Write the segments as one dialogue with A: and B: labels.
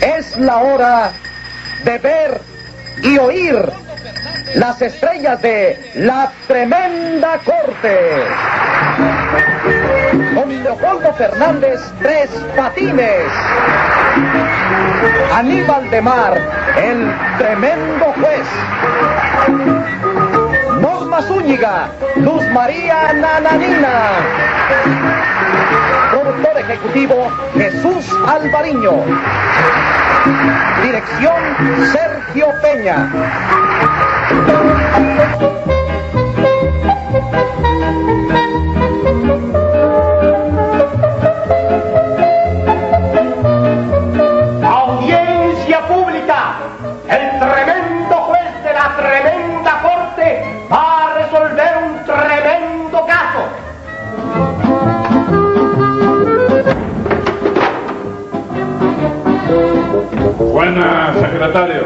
A: es la hora de ver y oír las estrellas de la tremenda corte. Con Leopoldo Fernández, tres patines. Aníbal de Mar, el tremendo juez. Norma Zúñiga, Luz María Nananina productor ejecutivo Jesús Alvariño. Dirección Sergio Peña.
B: Audiencia pública. El tremendo juez de la tremenda corte va a resolver un tremendo caso.
C: Buenas, secretario.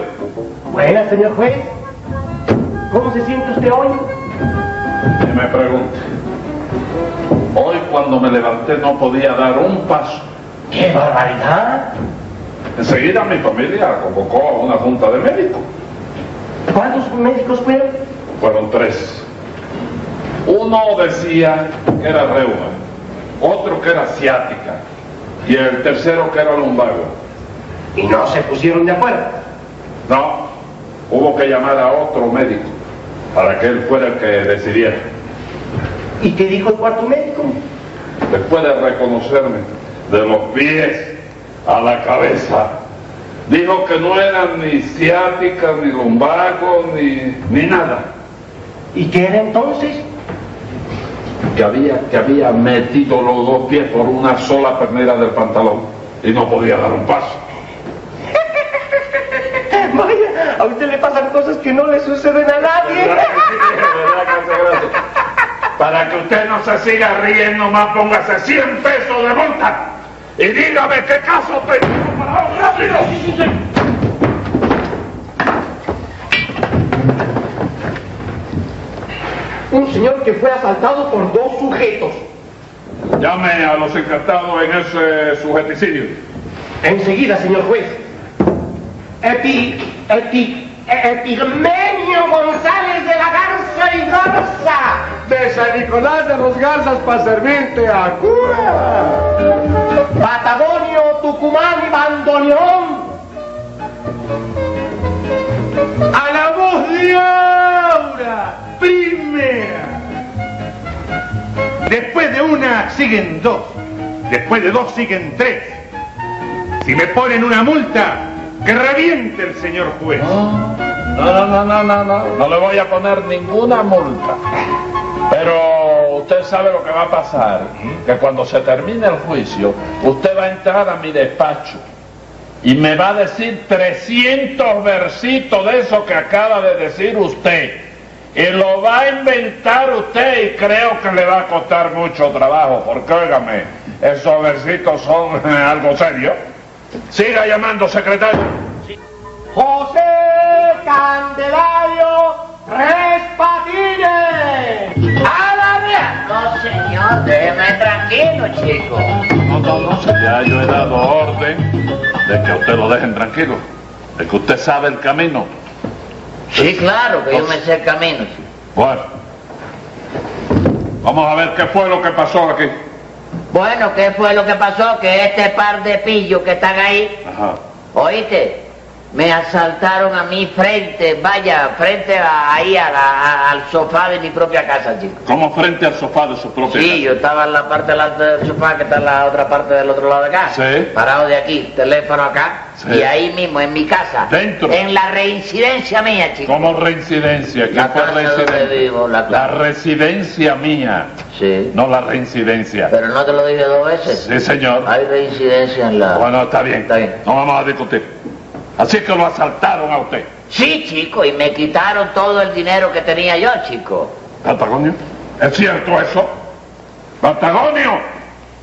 B: Buenas, señor juez. ¿Cómo se siente usted hoy?
C: Que me pregunte. Hoy cuando me levanté no podía dar un paso.
B: ¡Qué barbaridad!
C: Enseguida mi familia convocó a una junta de médicos.
B: ¿Cuántos médicos fueron?
C: Fueron tres. Uno decía que era reuma, otro que era ciática y el tercero que era lumbago.
B: Y no se pusieron de acuerdo.
C: No, hubo que llamar a otro médico para que él fuera el que decidiera.
B: ¿Y qué dijo el cuarto médico?
C: Después de reconocerme de los pies a la cabeza, dijo que no eran ni ciática, ni lumbago, ni, ni nada.
B: ¿Y qué era entonces?
C: Que había, que había metido los dos pies por una sola pernera del pantalón y no podía dar un paso.
B: Vaya, a usted le pasan cosas que no le suceden a nadie.
C: ¿Verdad que sí? ¿Verdad, Casagrande? Para que usted no se siga riendo más, póngase 100 pesos de monta y dígame qué caso tenemos para hoy. ¡Rápido!
B: Un señor que fue asaltado por dos sujetos.
C: Llame a los encartados en ese sujeticidio.
B: Enseguida, señor juez. Epi, epi, Epigmenio González de la Garza y Garza.
D: de San Nicolás de los Garzas para servirte a cura.
B: Patagonio, Tucumán y Bandoneón.
D: A la voz de Aura, primera. Después de una siguen dos, después de dos siguen tres. Si me ponen una multa, que reviente el señor juez.
C: No, no, no, no, no, no. No le voy a poner ninguna multa. Pero usted sabe lo que va a pasar. ¿eh? Que cuando se termine el juicio, usted va a entrar a mi despacho. Y me va a decir 300 versitos de eso que acaba de decir usted. Y lo va a inventar usted y creo que le va a costar mucho trabajo, porque óigame, esos versitos son algo serio. Siga llamando, secretario.
B: José Candelario, tres patines. ¡A la red!
E: No, señor, déjeme tranquilo, chico.
C: No, no, no, si ya yo he dado orden de que a usted lo dejen tranquilo, de que usted sabe el camino.
E: Sí, claro, que yo me sé el camino, chico.
C: Bueno, vamos a ver qué fue lo que pasó aquí.
E: Bueno, ¿qué fue lo que pasó? Que este par de pillos que están ahí,
C: Ajá.
E: oíste, me asaltaron a mí frente, vaya, frente a- ahí a la- a- al sofá de mi propia casa, chico.
C: Como frente al sofá de su propia
E: Sí, yo estaba en la parte delante del sofá que está en la otra parte del otro lado de acá.
C: Sí.
E: Parado de aquí, teléfono acá.
C: Sí.
E: Y ahí mismo, en mi casa.
C: Dentro.
E: En la reincidencia mía, chico.
C: Como reincidencia, ¿qué
E: La
C: fue
E: casa donde
C: reincidencia?
E: vivo, la
C: La
E: casa.
C: residencia mía,
E: Sí.
C: no la reincidencia.
E: Pero no te lo dije dos veces.
C: Sí, señor.
E: Hay reincidencia en la...
C: Bueno, está bien.
E: Está bien.
C: No vamos a discutir. Así que lo asaltaron a usted.
E: Sí, chico, y me quitaron todo el dinero que tenía yo, chico.
C: ¿Patagonio? ¿Es cierto eso? ¡Patagonio!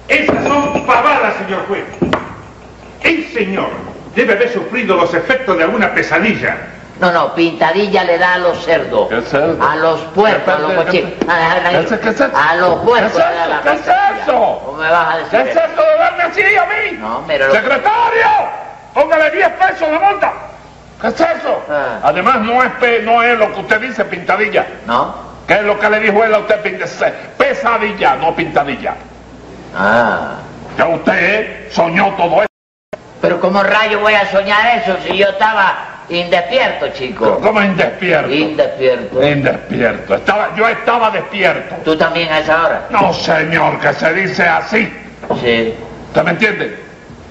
D: Esas son pavadas, señor juez. El señor debe haber sufrido los efectos de alguna pesadilla.
E: No, no, pintadilla le da a los cerdos.
C: ¿Qué cerdo?
E: A los puercos, a los
C: ¿Qué- qué-
E: cochinos. Ah, ah, ah,
C: ¿Qué es- qué es eso?
E: A los puercos
C: ¿Qué es
E: le da la
C: eso? ¿Qué es
E: pintadilla.
C: eso?
E: ¿Cómo me vas a
C: ¿Qué
E: decir?
C: es
E: eso?
C: esto de darme así a mí?
E: No, pero...
C: ¡Secretario! ¡Póngale 10 pesos eso, la multa? ¿Qué es eso?
E: Ah.
C: Además, no es, pe- no es lo que usted dice, pintadilla.
E: ¿No?
C: ¿Qué es lo que le dijo él a usted? Pinte- se- Pesadilla, no pintadilla.
E: Ah.
C: Ya usted eh, soñó todo esto.
E: Pero ¿cómo rayo voy a soñar eso si yo estaba indespierto, chico?
C: ¿Cómo indespierto?
E: Indespierto.
C: Indespierto. Estaba, yo estaba despierto.
E: ¿Tú también a esa hora?
C: No, señor, que se dice así.
E: Sí.
C: ¿Usted me entiende?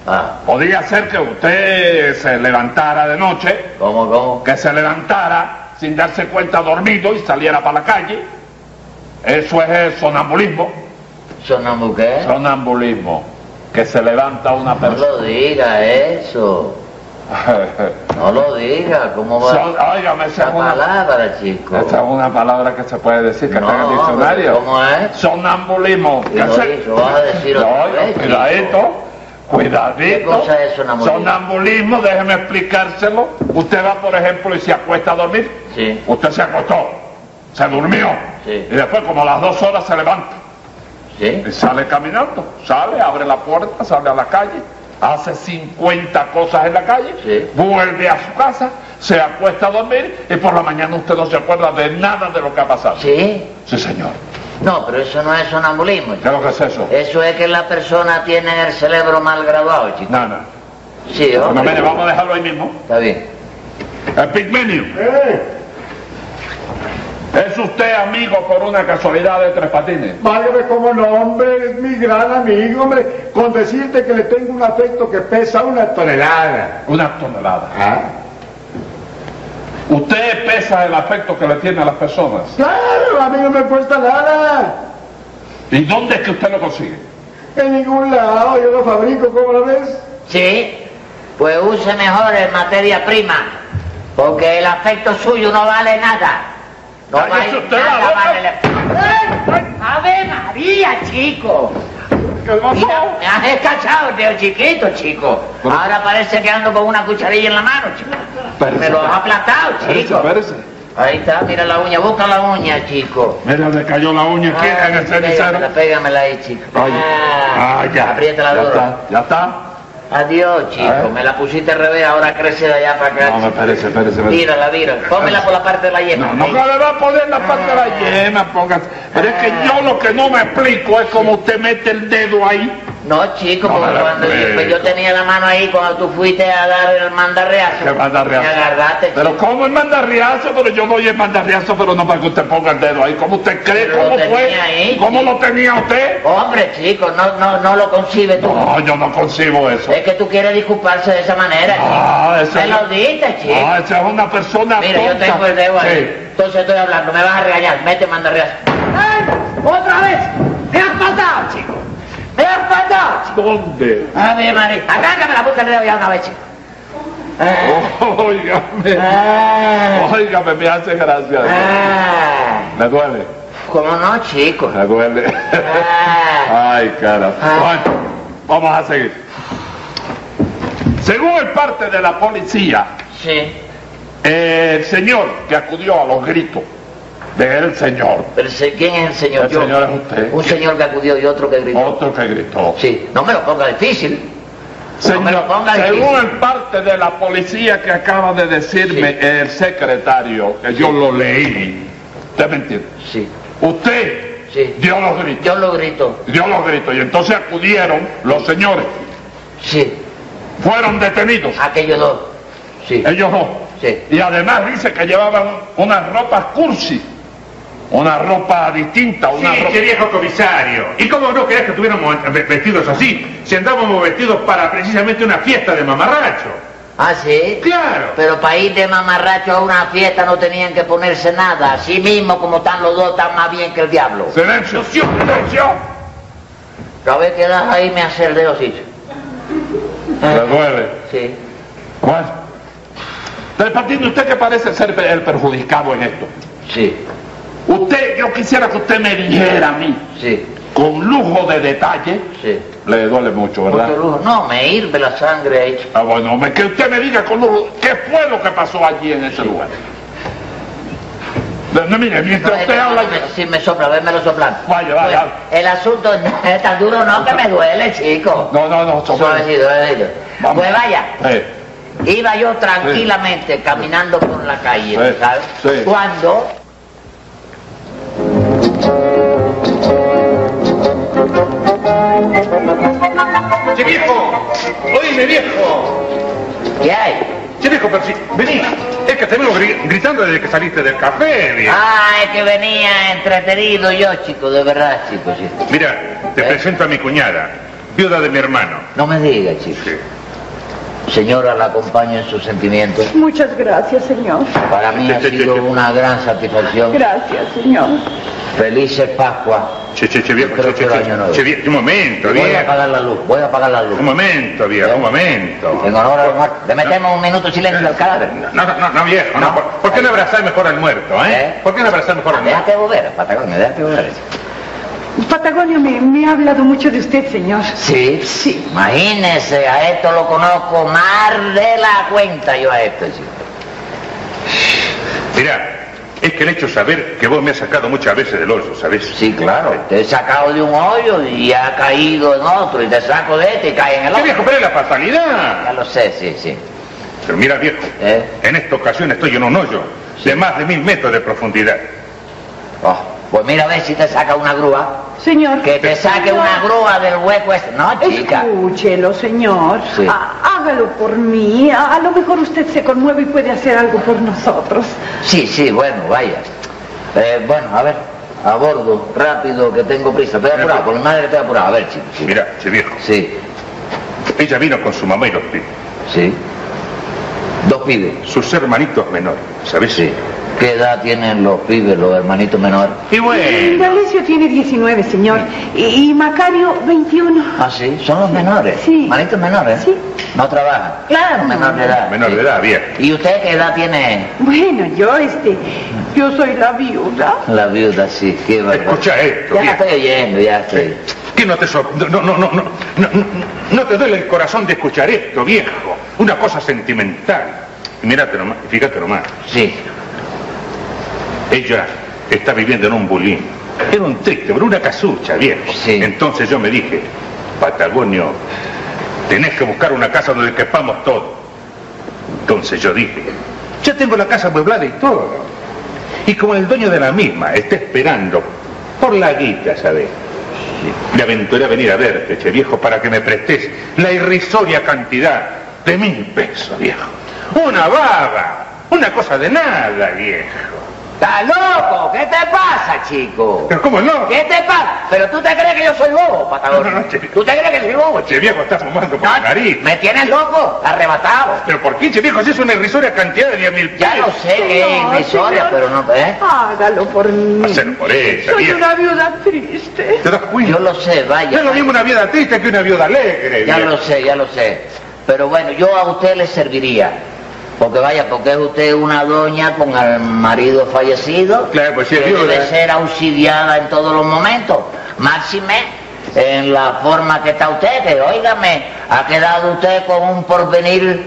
E: Ah,
C: Podía ser que usted se levantara de noche,
E: ¿cómo, cómo?
C: que se levantara sin darse cuenta dormido y saliera para la calle. Eso es el sonambulismo.
E: ¿Sonamos qué?
C: Sonambulismo. Que se levanta una
E: No
C: persona.
E: lo diga eso. No lo diga. ¿Cómo va?
C: Son- óigame, esa
E: esa
C: es una,
E: palabra, chico.
C: esa es una palabra que se puede decir, que está en el
E: No,
C: diccionario.
E: ¿cómo es?
C: Sonambulismo.
E: Y lo
C: se-
E: hizo, vas a decir otra
C: No,
E: vez,
C: Cuidadito, cuidadito.
E: ¿Qué cosa es sonambulismo?
C: Sonambulismo, déjeme explicárselo. Usted va, por ejemplo, y se acuesta a dormir.
E: Sí.
C: Usted se acostó, se durmió.
E: Sí.
C: Y después, como a las dos horas, se levanta.
E: ¿Sí?
C: Y sale caminando, sale, abre la puerta, sale a la calle, hace 50 cosas en la calle,
E: Sí.
C: vuelve a su casa, se acuesta a dormir y por la mañana usted no se acuerda de nada de lo que ha pasado.
E: ¿Sí?
C: Sí, señor.
E: No, pero eso no es sonambulismo.
C: ¿Qué es lo que es eso?
E: Eso es que la persona tiene el cerebro mal graduado, chico.
C: Nada.
E: Sí,
C: Bueno,
E: hombre.
C: mire, vamos a dejarlo ahí mismo.
E: Está bien.
C: El Pigmenio,
B: Eh,
C: ¿es usted amigo por una casualidad de tres patines?
B: válgame como nombre, es mi gran amigo, hombre. Con decirte que le tengo un afecto que pesa una tonelada.
C: Una tonelada.
B: Ah.
C: Usted pesa el afecto que le tiene a las personas.
B: Claro, a mí no me cuesta nada.
C: ¿Y dónde es que usted lo consigue?
B: En ningún lado, yo lo fabrico, ¿cómo lo ves?
E: Sí, pues use mejor el materia prima, porque el afecto suyo no vale nada. No
C: Cállese
E: vale
C: usted la
E: nada,
C: boca.
E: vale el ¡Ave María, chico! Mira, me has escachado desde chiquito, chico.
C: Pero-
E: Ahora parece que ando con una cucharilla en la mano, chico.
C: Parece-
E: Me lo has aplastado, chico.
C: Espérese, espérese.
E: Ahí está, mira la uña, busca la uña, chico.
D: Mira, le cayó la uña
E: Ay,
D: quieta en el
E: pégamela,
D: cenicero.
E: pégamela ahí, chico.
C: Ay, ah, ya.
E: Apriétala
C: ya
E: duro.
C: está, ya está.
E: Adiós, chico.
C: ¿Eh?
E: Me la pusiste al revés, ahora crece de allá para acá.
C: No, me parece, parece, parece.
E: Vírala, vírala. Pómela por la parte de la yema. eh.
C: No, no que le va a poner la parte de la yema, póngase. Pero es que yo lo que no me explico es cómo usted mete el dedo ahí.
E: No, chico,
C: No
E: porque
C: me la
E: cuando yo, pues yo
C: explico.
E: tenía la mano ahí, cuando tú fuiste a dar el mandarreazo,
C: ¿Qué mandarriazo?
E: me agarraste,
C: Pero
E: chico.
C: ¿cómo el mandarriazo? Pero yo doy el mandarriazo, pero no para que usted ponga el dedo ahí. ¿Cómo usted cree?
E: Pero lo
C: ¿Cómo fue?
E: tenía ahí,
C: ¿Cómo
E: sí.
C: lo tenía usted?
E: Hombre, chico, no, no, no lo concibes tú.
C: No, yo no concibo eso.
E: Es que tú quieres disculparse de esa manera,
C: Ah,
E: chico.
C: eso
E: Me
C: no-
E: lo diste, chico.
C: Ah, esa es una persona
E: Mira, yo
C: tonta.
E: tengo el dedo ahí.
C: Sí.
E: Entonces estoy hablando, me vas a regañar. Mete mandarreazo. ¡Ay! ¡Otra vez! ¡Me has matado, chico! ¡Me has matado, chico!
C: ¿Dónde?
E: Ave María, arráncame la boca el dedo ya una vez, chico. Ah,
C: Oh, Óigame,
E: ah,
C: óigame, me hace gracia.
E: ah.
C: Le duele,
E: ¿Cómo no, chico?
C: le duele.
E: Ah,
C: Ay, cara.
E: Ah.
C: Bueno, vamos a seguir. Según el parte de la policía,
E: sí,
C: el señor que acudió a los gritos del señor,
E: pero sé- ¿quién es el señor?
C: El
E: Yo.
C: señor es usted. Oh.
E: Un señor que acudió y otro que gritó.
C: otro que gritó.
E: Sí, no me lo ponga difícil. me lo
C: Señor,
E: ponga
C: según
E: difícil.
C: el parte de la policía que acaba de decirme
E: Sí.
C: el secretario, que yo lo leí, usted me entiende,
E: Sí,
C: usted
E: Sí.
C: dio los gritos,
E: yo lo grito.
C: dio los gritos, y entonces acudieron los señores,
E: Sí,
C: fueron detenidos,
E: aquellos dos. Sí,
C: ellos no,
E: Sí.
C: y además dice que llevaban unas ropas cursi, una ropa distinta, una
D: Sí,
C: ropa...
D: che viejo comisario. ¿Y cómo no querés que estuviéramos eh, vestidos así? Si andábamos vestidos para precisamente una fiesta de mamarracho.
E: Ah, sí.
D: Claro.
E: Pero para ir de mamarracho a una fiesta no tenían que ponerse nada. Así mismo, como están los dos, están más bien que el diablo.
C: Silencio, silencio.
E: Cada vez que das ahí me hace el dedo, sí.
C: Le duele.
E: Sí.
C: Bueno. Del partido, usted que parece ser el perjudicado en esto.
E: Sí,
C: Usted, yo quisiera que usted me dijera a mí,
E: sí,
C: con lujo de detalle,
E: sí.
C: le duele mucho,
E: Mucho
C: ¿verdad?
E: lujo. No, me hirve la sangre ahí. chico.
C: Ah, bueno, me- que usted me diga con lujo, ¿qué fue lo que pasó allí en ese lugar? No, no, mire, mientras usted habla, yo-
E: Sí, me sopla, vémelo soplando.
C: Vaya, vaya.
E: el asunto no es tan duro, no, que me duele, chico.
C: No, no, no, sobre-
E: Suavecito, suavecito.
C: Vamos.
E: Pues vaya,
C: Eh,
E: Iba yo tranquilamente caminando por la calle,
F: Sí,
E: ¿sabes?
F: sí.
E: Cuando
C: Che viejo, oíme viejo.
E: ¿qué hay?
C: Che viejo, pero si, vení. Es que te veo gri- gritando desde que saliste del café, viejo.
E: Ah, es que venía entretenido yo, chico, de verdad, chico, sí.
C: Mira, te
E: ¿Eh?
C: presento a mi cuñada, viuda de mi hermano.
E: No me diga, chico.
C: Sí.
E: Señora, la acompaño en sus sentimientos.
G: Muchas gracias, señor.
E: Para mí ha sido una gran satisfacción.
G: Gracias, señor.
E: Felices Pascua.
C: Che, che, che viejo, che,
E: Creo
C: che,
E: que
C: che,
E: el año nuevo.
C: che, vie- un momento,
E: Voy a
C: viejo.
E: apagar la luz, voy a apagar la luz.
C: Un momento, viejo, un momento.
E: En honor a los muertos. Le metemos un minuto de silencio al cadáver.
C: No, no, no, no, viejo, no.
E: No.
C: ¿Por, por qué no abrazar mejor al muerto, eh?
E: ¿Eh?
C: ¿Por qué no abrazar mejor al muerto?
E: Déjate volver, Patagonia, déjate volver.
G: Patagonio me, me ha hablado mucho de usted, señor.
E: Sí, sí. Imagínese, a esto lo conozco más de la cuenta yo a esto, chico.
C: Mirá, es que le he hecho saber que vos me has sacado muchas veces del hoyo, ¿sabés?
E: Sí, claro. Te he sacado de un hoyo y ha caído en otro, y te saco de este y cae en el
C: Che
E: otro.
C: viejo, pero es la fatalidad.
E: Ya lo sé, sí, sí.
C: Pero mira, viejo,
E: ¿Eh?
C: en esta ocasión estoy en un hoyo de más de mil metros de profundidad.
E: Oh, pues mira a ver si te saca una grúa.
G: Señor.
E: Que te saque una grúa del hueco este. No, chica.
G: Escúchelo, señor.
E: Sí.
G: Há- hágalo por mí. Ah, A, a lo mejor usted se conmueve y puede hacer algo por nosotros.
E: Sí, sí, bueno, vaya. Eh, bueno, a ver, a bordo, rápido, que tengo prisa. Estoy apurado, por mi madre estoy apurado. A ver, chico. sí.
C: Mira, che viejo,
E: Sí,
C: ella vino con su mamá y los pibes,
E: sí. Dos pibes.
C: sus hermanitos menores, ¿sabés?
E: Sí. ¿Qué edad tienen los pibes, los hermanitos menores?
C: Y bueno,
G: Indalecio tiene 19, señor. Y, y Macario, 21.
E: Ah, sí, son los menores.
G: Sí.
E: Manitos menores. ¿eh?
G: Sí.
E: No trabajan.
G: Claro.
E: Menor de edad.
C: menor de edad, viejo.
E: ¿Y usted qué edad tiene?
G: Bueno, yo, este, yo soy la viuda.
E: La viuda, sí, qué barbaridad.
C: Escucha esto,
E: Ya la
C: viejo.
E: estoy oyendo, ya estoy.
C: ¿Qué no te sor- no, no, no, no, no, no, no, no te duele el corazón de escuchar esto, viejo? Una cosa sentimental. Y Mírate nomás, y fíjate nomás.
E: Sí.
C: Ella está viviendo en un bulín. Era un triste, pero una casucha, viejo.
E: Sí.
C: Entonces yo me dije, Patagonio, tenés que buscar una casa donde quepamos todos. Entonces yo dije, yo tengo la casa pueblada y todo. Y como el dueño de la misma está esperando por la guita, ¿sabes? Me aventuré a venir a verte, che viejo, para que me prestes la irrisoria cantidad de mil pesos, viejo. Una baba, una cosa de nada, viejo.
E: ¡Está loco! ¿Qué te pasa, chico?
C: Pero ¿cómo no?
E: ¿Qué te pasa? este ¿Pero tú te crees que yo soy bobo, Patagonia?
C: No, no, chico.
E: ¿Tú te crees que soy bobo, chico?
C: Che viejo está fumando por la nariz.
E: ¿Me tienes loco? Arrebatado.
C: Pero ¿por qué, che viejo? Si es una irrisoria cantidad de 10 mil pesos.
E: Ya lo sé que es
G: No,
E: irrisoria,
G: señor.
E: eh, pero no... ¿eh?
G: Hágalo por mí.
C: Hacer por ella,
G: Soy
C: viejo.
G: una viuda triste.
C: ¿Te das cuenta?
E: Yo lo sé, vaya.
C: No es lo mismo una viuda triste que una viuda alegre,
E: Ya
C: viejo.
E: lo sé, ya lo sé. Pero bueno, yo a usted le serviría. Porque vaya, porque es usted una doña con el marido fallecido.
C: Claro, pues sí,
E: que
C: es viuda.
E: debe ser auxiliada en todos los momentos. Máxime, en la forma que está usted, que óigame, ha quedado usted con un porvenir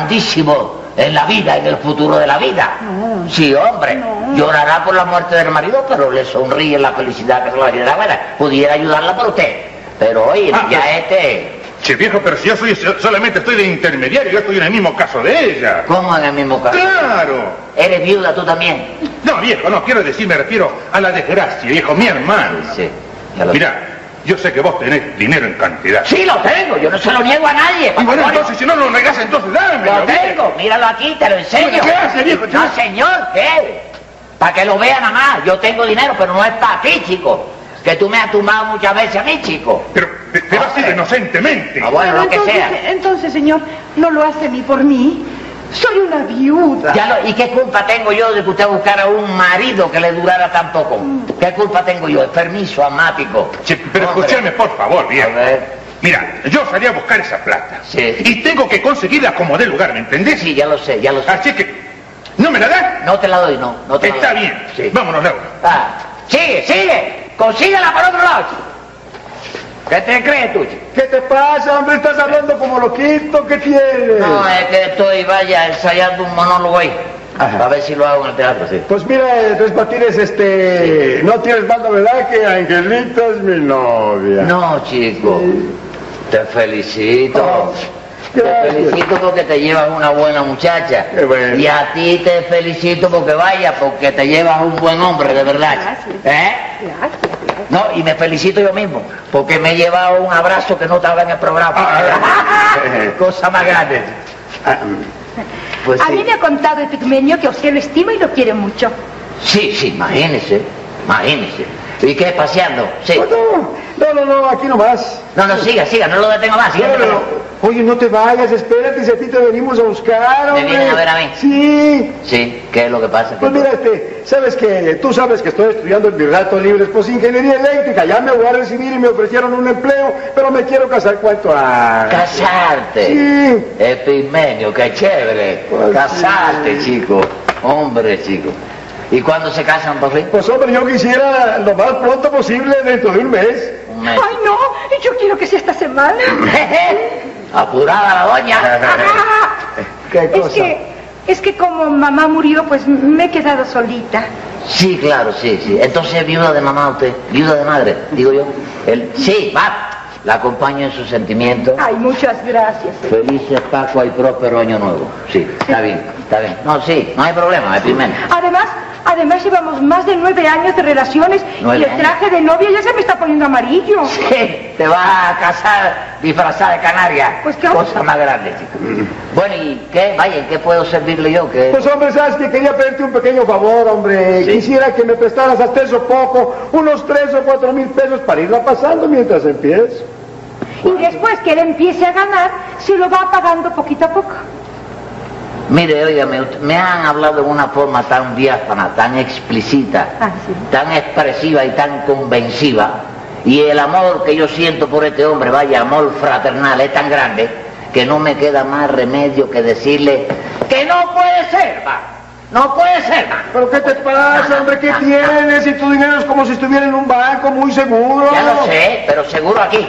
E: grandísimo en la vida, en el futuro de la vida.
G: No.
E: Sí, hombre, llorará por la muerte del marido, pero le sonríe la felicidad que se la vida bueno, Pudiera ayudarla por usted. Pero oye,
C: Ah,
E: ya
C: pues-
E: este...
C: Che viejo, pero si yo soy, yo solamente estoy de intermediario, yo estoy en el mismo caso de ella.
E: ¿Cómo en el mismo caso?
C: ¡Claro!
E: ¿Eres viuda tú también?
C: No, viejo, no quiero decir, me refiero a la desgracia, viejo, mi hermano.
E: Sí, ya lo
C: Mirá, yo sé que vos tenés dinero en cantidad.
E: Sí, lo tengo, yo no se lo niego a nadie.
C: Y Ah, bueno,
E: Patagonio.
C: entonces, si no lo negás, entonces
E: Lo
C: dámelo, viejo.
E: tengo, míralo aquí, te lo enseño.
C: Bueno, ¿qué hace, viejo?
E: No, señor, ¿qué? Para que lo vean nada más. Yo tengo dinero, pero no es para ti, chico. Que tú me has tumbado muchas veces a mí, chico.
C: Pero, pe- pero así de inocentemente.
E: Ah, bueno, lo que
G: entonces,
E: sea.
G: entonces, señor, no lo hace ni por mí. Soy una viuda.
E: Ya lo- ¿Y qué culpa tengo yo de que usted buscara un marido que le durara tan poco? ¿Qué culpa tengo yo? Permiso, amático.
C: Che, pero
E: Hombre.
C: escúchame, por favor,
E: A
C: viejo.
E: ver.
C: Mira, yo salí a buscar esa plata.
E: Sí.
C: Y tengo que conseguirla como dé lugar, ¿me entendés?
E: Sí, ya lo sé, ya lo sé.
C: Así que, ¿no me la das?
E: No te la doy, no. no te la
C: Está
E: doy.
C: bien.
E: Sí.
C: Vámonos, Laura.
E: Ah, sigue, sigue. Consíguela para otro lado. chico. ¿Qué te crees tú? chico?
H: ¿Qué te pasa, hombre? Estás hablando como loquito, ¿qué tienes?
E: No, eh. es que estoy, vaya, ensayando un monólogo ahí.
H: Ajá.
E: A ver si lo hago en el teatro, sí.
H: Pues mira, eh, Tres Patines, este... No tienes más novedad que Angelita es mi novia.
E: Oh. No, chico. Te felicito. Te felicito porque te llevas una buena muchacha.
D: Qué bueno.
E: Y a ti te felicito porque vaya, porque te llevas un buen hombre, de verdad.
G: Gracias.
E: ¿Eh?
G: Gracias, gracias.
E: No, y me felicito yo mismo, porque me he llevado un abrazo que no estaba en el programa. Cosa más grande.
D: Ah,
E: Pues
G: A
E: sí.
G: mí me ha contado el pigmenio que a usted lo estima y lo quiere mucho.
E: Eh. sí, sí, imagínese, imagínese. ¿Y qué, paseando? Sí.
H: No, no, no, aquí nomás.
E: No, no, siga, siga, no lo detengo más. siga,
H: Pero, Oye, no te vayas, espérate, si a ti te venimos a buscar,
E: ¿Me
H: hombre.
E: vienen a ver a mí?
H: Sí.
E: Sí, ¿qué es lo que pasa?
H: Pues mira, este, sabes que tú sabes que estoy estudiando en mi rato libre, pues ingeniería eléctrica, ya me voy a recibir y me ofrecieron un empleo, pero me quiero casar cuanto a...
E: Casarte.
H: Sí.
E: Epimenio, qué chévere.
H: Pues sí.
E: Casarte, chico. Hombre, chico. ¿Y cuándo se casan por fin?
H: Pues hombre, yo quisiera lo más pronto posible, dentro de un mes.
E: Un mes.
G: Ay, no, yo quiero que sea esta semana.
E: Apurada la doña.
H: ¿Qué
G: Ah, Es que, es que como mamá murió, pues me he quedado solita.
E: Sí, claro, sí, sí. Entonces, viuda de mamá usted, viuda de madre, digo yo. El... Sí, va. La acompaño en sus sentimientos.
G: Ay, muchas gracias.
E: Felices Pascua y próspero año nuevo. Sí, está bien, está bien. No, sí, no hay problema, Epimenio.
G: Además, además llevamos más de nueve años de relaciones
E: Nueve
G: y el
E: años.
G: traje de novia ya se me está poniendo amarillo.
E: Sí, te vas a casar disfrazada de canaria.
G: Pues, ¿qué?
E: Cosa más grande, chico. Bueno, ¿y qué? Vaya, ¿en qué puedo servirle yo? ¿Qué?
H: Pues hombre, sabes que quería pedirte un pequeño favor, hombre.
E: Sí.
H: Quisiera que me prestaras hasta eso poco, unos tres o cuatro mil pesos para irla pasando mientras empiezo.
G: Y después que él empiece a ganar, se lo va pagando poquito a poco.
E: Mire, óigame, usted- me han hablado de una forma tan diáfana, tan explícita,
G: Ah, sí.
E: tan expresiva y tan convenciva. Y el amor que yo siento por este hombre, vaya, amor fraternal, es tan grande que no me queda más remedio que decirle que no puede ser, va. No puede ser, va.
H: ¿Pero qué te pasa, hombre? ¿Qué tienes? Y tu dinero es como si estuviera en un banco muy seguro.
E: Ya lo sé, pero seguro aquí.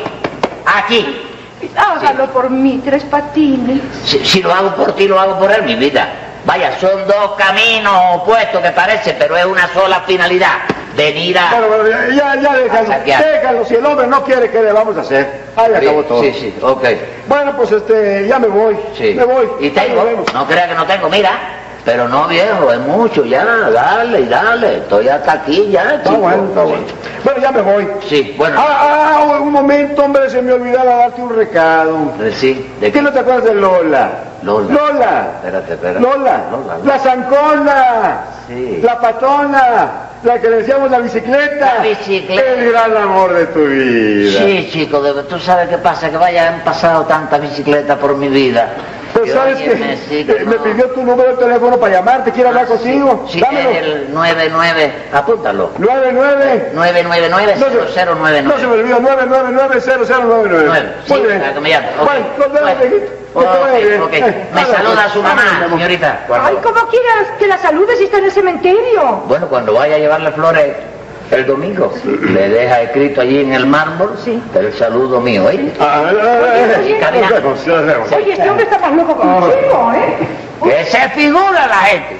E: Aquí.
G: Hágalo por mí, tres patines.
E: Si, si lo hago por ti, lo hago por él, mi vida. Vaya, son dos caminos opuestos que parece, pero es una sola finalidad. Venir a...
H: Bueno, bueno, ya, ya déjalo.
E: Ah, ya.
H: Déjalo. Si el hombre no quiere, ¿qué le vamos a hacer? Ahí acabó todo.
E: Sí, sí, ok.
H: Bueno, pues este, ya me voy.
E: Sí.
H: Me voy.
E: Y
H: Ahí
E: tengo,
H: nos vemos.
E: no crea que no tengo, mira. Pero no, viejo, es mucho, ya, dale, dale. Estoy hasta aquí, ya,
H: Está
E: chico.
H: bueno, está bueno. Bueno, ya me voy.
E: Sí, bueno,
H: Ah, ah, un momento, hombre, se me olvidaba darte un recado.
E: eh, sí, de
H: ¿De qué no te acuerdas de Lola?
E: Lola.
H: Lola.
E: Espérate, espérate.
H: Lola.
E: Lola, Lola.
H: La zancona.
E: Sí.
H: La patona. La que le decíamos la bicicleta.
E: La bicicleta.
H: El gran amor de tu vida.
E: Sí, chico, de- tú sabes qué pasa, que vaya, han pasado tantas bicicletas por mi vida.
H: Pues
E: Que,
H: sabes que
E: óyeme, sí, que
H: eh,
E: no. Ah,
H: me pidió tu número de teléfono para llamarte, quiero hablar contigo.
E: Sí,
H: Dámelo.
E: es el 99, apúntalo.
H: 99.
E: 999-0099.
H: No se me olvida, 999
E: Sí,
H: Muy bien.
E: para que me llame. Ok.
H: Bueno, nos vemos,
E: Bueno.
H: viejito. Que te vaya
E: Ok,
H: bien.
E: ok.
H: Eh,
E: Me
H: ándale,
E: saluda
H: pues.
E: su mamá,
H: Ándale, amor.
E: señorita.
G: Ay, como quieras que la saludes si está en el cementerio.
E: Bueno, cuando vaya a llevarle flores el domingo, le deja escrito allí en el mármol
G: Sí.
E: el saludo mío, ¿oíste?
H: Ah, ah, ah,
E: Y
H: ah,
E: caminando.
H: nos vemos, nos vemos.
G: Oye, este hombre está más loco que un chivo, ¿eh?
E: Que se figura la gente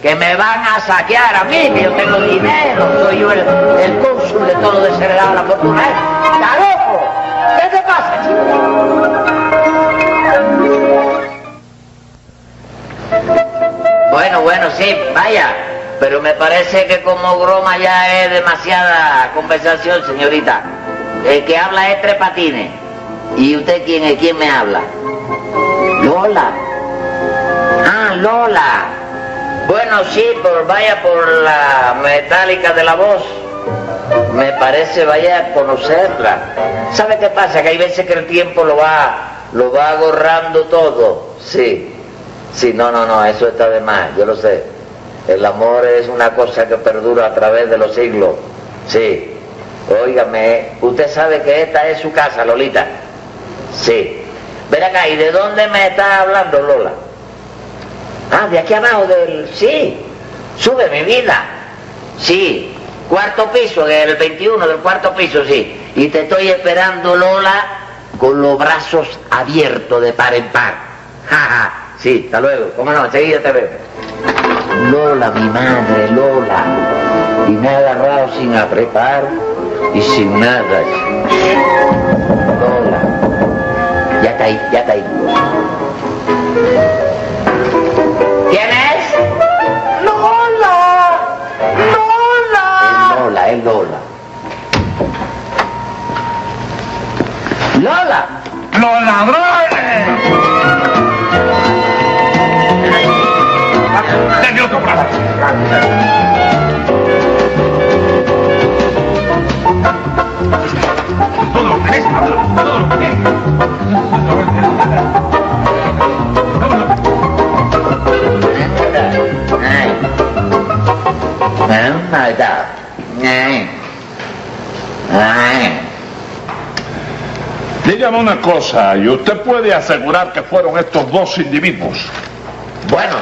E: que me van a saquear a mí, que yo tengo dinero, soy yo el, el cónsul de todo lo desheredado de la fortuna. ¿eh? ¡Está loco! ¿Qué te pasa, chico? Bueno, bueno, sí, vaya. Pero me parece que como broma ya es demasiada conversación, señorita. El que habla es Tres Patines. ¿Y usted quién es? ¿Quién me habla? Lola. Ah, Lola. Bueno, sí, por vaya por la metálica de la voz. Me parece vaya a conocerla. ¿Sabe qué pasa? Que hay veces que el tiempo lo va, lo va agorrando todo. Sí. Sí, no, no, no, eso está de más, yo lo sé. El amor es una cosa que perdura a través de los siglos. Sí. Óigame, usted sabe que esta es su casa, Lolita. Sí. Ven acá, ¿y de dónde me está hablando, Lola? Ah, de aquí abajo del... Sí, sube mi vida. Sí, cuarto piso, el 21 del cuarto piso, sí. Y te estoy esperando, Lola, con los brazos abiertos de par en par. Ja, ja. Sí, hasta luego. ¿Cómo no? Enseguida te veo. Lola, mi madre, Lola. Y me ha agarrado sin apretar y sin nada. Lola. Ya caí, ya caí. ¿Quién es?
B: ¡Lola!
E: Es
B: ¡Lola!
E: Lola, es Lola. Lola.
D: ¡Los ladrones! Dame otro brazo. Todo lo tenés, Pablo, todo lo tenés.
E: Ay. Ay, maldad. Ay. Ay.
C: Dígame una cosa, ¿y usted puede asegurar que fueron estos dos individuos?
E: Bueno,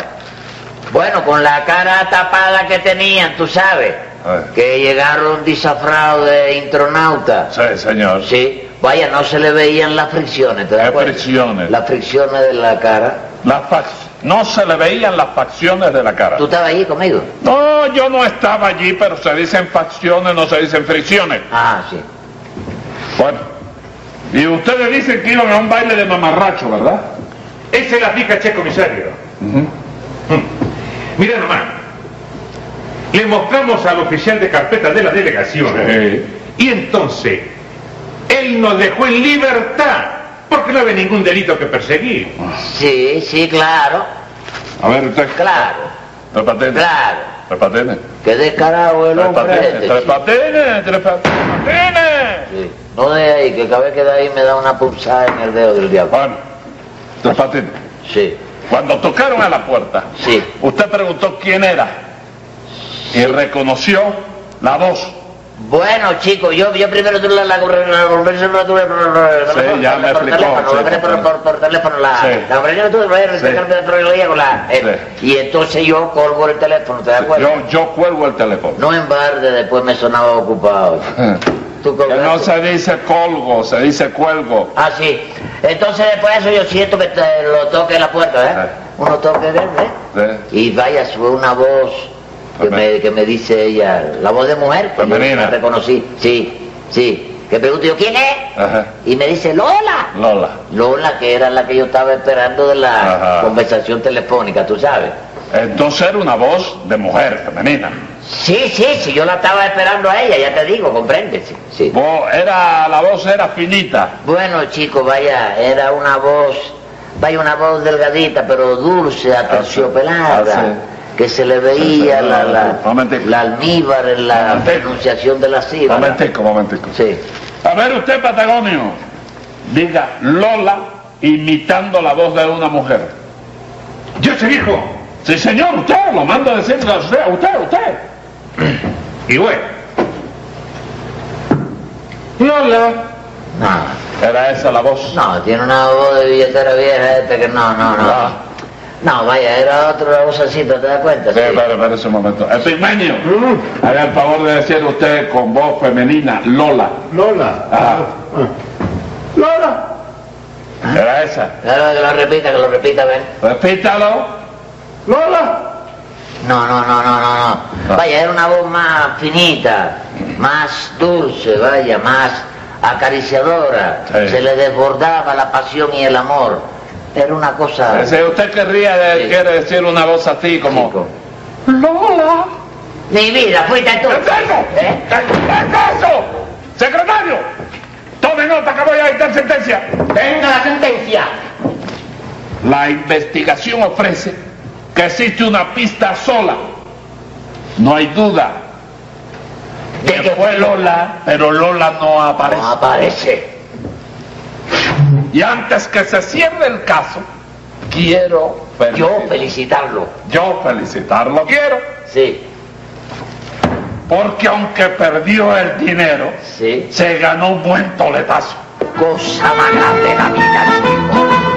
E: bueno, con la cara tapada que tenían, tú sabes,
C: Ay.
E: que llegaron disafrados de intronauta.
C: Sí, señor.
E: Sí, vaya, no se le veían las fricciones, ¿te das
C: Las
E: cuenta?
C: fricciones.
E: Las fricciones de la cara.
C: Las fac- No se le veían las facciones de la cara.
E: ¿Tú estabas allí conmigo?
C: No, yo no estaba allí, pero se dicen facciones, no se dicen fricciones.
E: Ah, sí.
C: Bueno, y ustedes dicen que iban a un baile de mamarracho, ¿verdad?
D: Esa es la fija, che, comisario. Mm. Mira nomás. Le mostramos al oficial de carpeta de la delegación.
C: Sí.
D: Y entonces, él nos dejó en libertad. Porque no había ningún delito que perseguir.
E: Sí, sí, claro,
C: A ver, usted.
E: claro,
C: Tres patines.
E: claro.
C: Tres patines.
E: Qué descarado el
C: Tres
E: hombre
C: patines.
E: este,
C: Tres
E: chico.
C: patines. Tres patines.
E: Sí. No de ahí, que cada vez que de ahí me da una pulsada en el dedo del diablo.
C: Bueno, tres patines.
E: Sí,
C: Cuando tocaron a la puerta,
E: sí.
C: usted preguntó quién era y reconoció la voz.
E: Bueno, chicos, yo, yo primero tuve la, la, la, la, la,
C: Sí, ya me explicó, sí,
E: por teléfono, por, por teléfono, la,
C: Sí.
E: la primera tuve la,
C: Sí.
E: la, con la, eh, y entonces yo colgo el teléfono, ¿te das cuenta?
C: Yo, yo cuelgo el teléfono.
E: No en barde, después me sonaba ocupado. Tú
C: Que no
E: colgaste.
C: se dice colgo, se dice cuelgo.
E: Ah, sí. Entonces después de eso yo siento que te- lo toque en la
C: Ah.
E: puerta, ¿eh? Uno toque, ¿ves? ¿eh?
C: Sí.
E: Y vaya, fue una voz
C: Pues
E: que me, que me dice ella, la voz de mujer, que yo
C: Femenina.
E: la reconocí, sí, sí. Que pregunto yo, ¿quién es?
C: Ajá.
E: Y me dice, Lola.
C: Lola.
E: Lola, que era la que yo estaba esperando de la
C: Ajá.
E: conversación telefónica, tú sabes.
C: Entonces era una voz de mujer femenina.
E: Sí, sí, sí, yo la estaba esperando a ella, ya te digo, comprende, sí, sí.
C: Vo- Era, la voz era finita.
E: Bueno, chico, vaya, era una voz, vaya, una voz delgadita, pero dulce, aterciopelada,
C: Ah,
E: que se le
C: Sí, sí,
E: veía la, la,
C: momentico.
E: la almíbar en la
C: Momentico.
E: pronunciación de la sílaba.
C: Momentico, momentico.
E: Sí.
C: A ver usted, Patagonio, diga Lola imitando la voz de una mujer.
D: Yo se dijo.
C: Sí, señor, usted lo manda a decir a usted, a usted, a usted.
D: Y bueno. Lola.
E: No,
C: Era esa la voz.
E: no, tiene una voz de billetera vieja este que no, no,
C: Ah.
E: no. No, vaya, era otra vocecita, ¿te das cuenta?
C: Sí, espera, espera ese momento. Epimenio, haga el favor de decir usted con voz femenina, Lola.
H: Lola.
C: Ajá.
H: Lola.
C: Era esa.
E: Claro, que lo repita, que lo repita, ven.
C: Repítalo.
H: Lola.
E: No, no, no, no, no, no.
C: Ah.
E: Vaya, era una voz más finita, más dulce, vaya, más acariciadora.
C: Sí.
E: Se le desbordaba la pasión y el amor. Era una cosa...
C: Si usted querría de-
E: Ah. Sí.
C: quiere decir una voz así como...
E: chico.
C: Lola.
E: Mi vida, fuiste tú.
C: ¡Enfermo!
E: ¿Eh?
C: ¡Enfermo! ¡Secretario! Tome nota que voy a dictar sentencia.
E: ¡Venga la sentencia!
C: La investigación ofrece que existe una pista sola. No hay duda
E: ¿De
C: que
E: qué
C: fue Lola, pero Lola no aparece.
E: No aparece.
C: Y antes que se cierre el caso, quiero
E: Yo
C: felicitar-
E: felicitarlo.
C: yo felicitarlo quiero,
E: Sí,
C: porque aunque perdió el dinero,
E: sí.
C: se ganó un buen toletazo.
E: Cosa más grande de la vida, chico.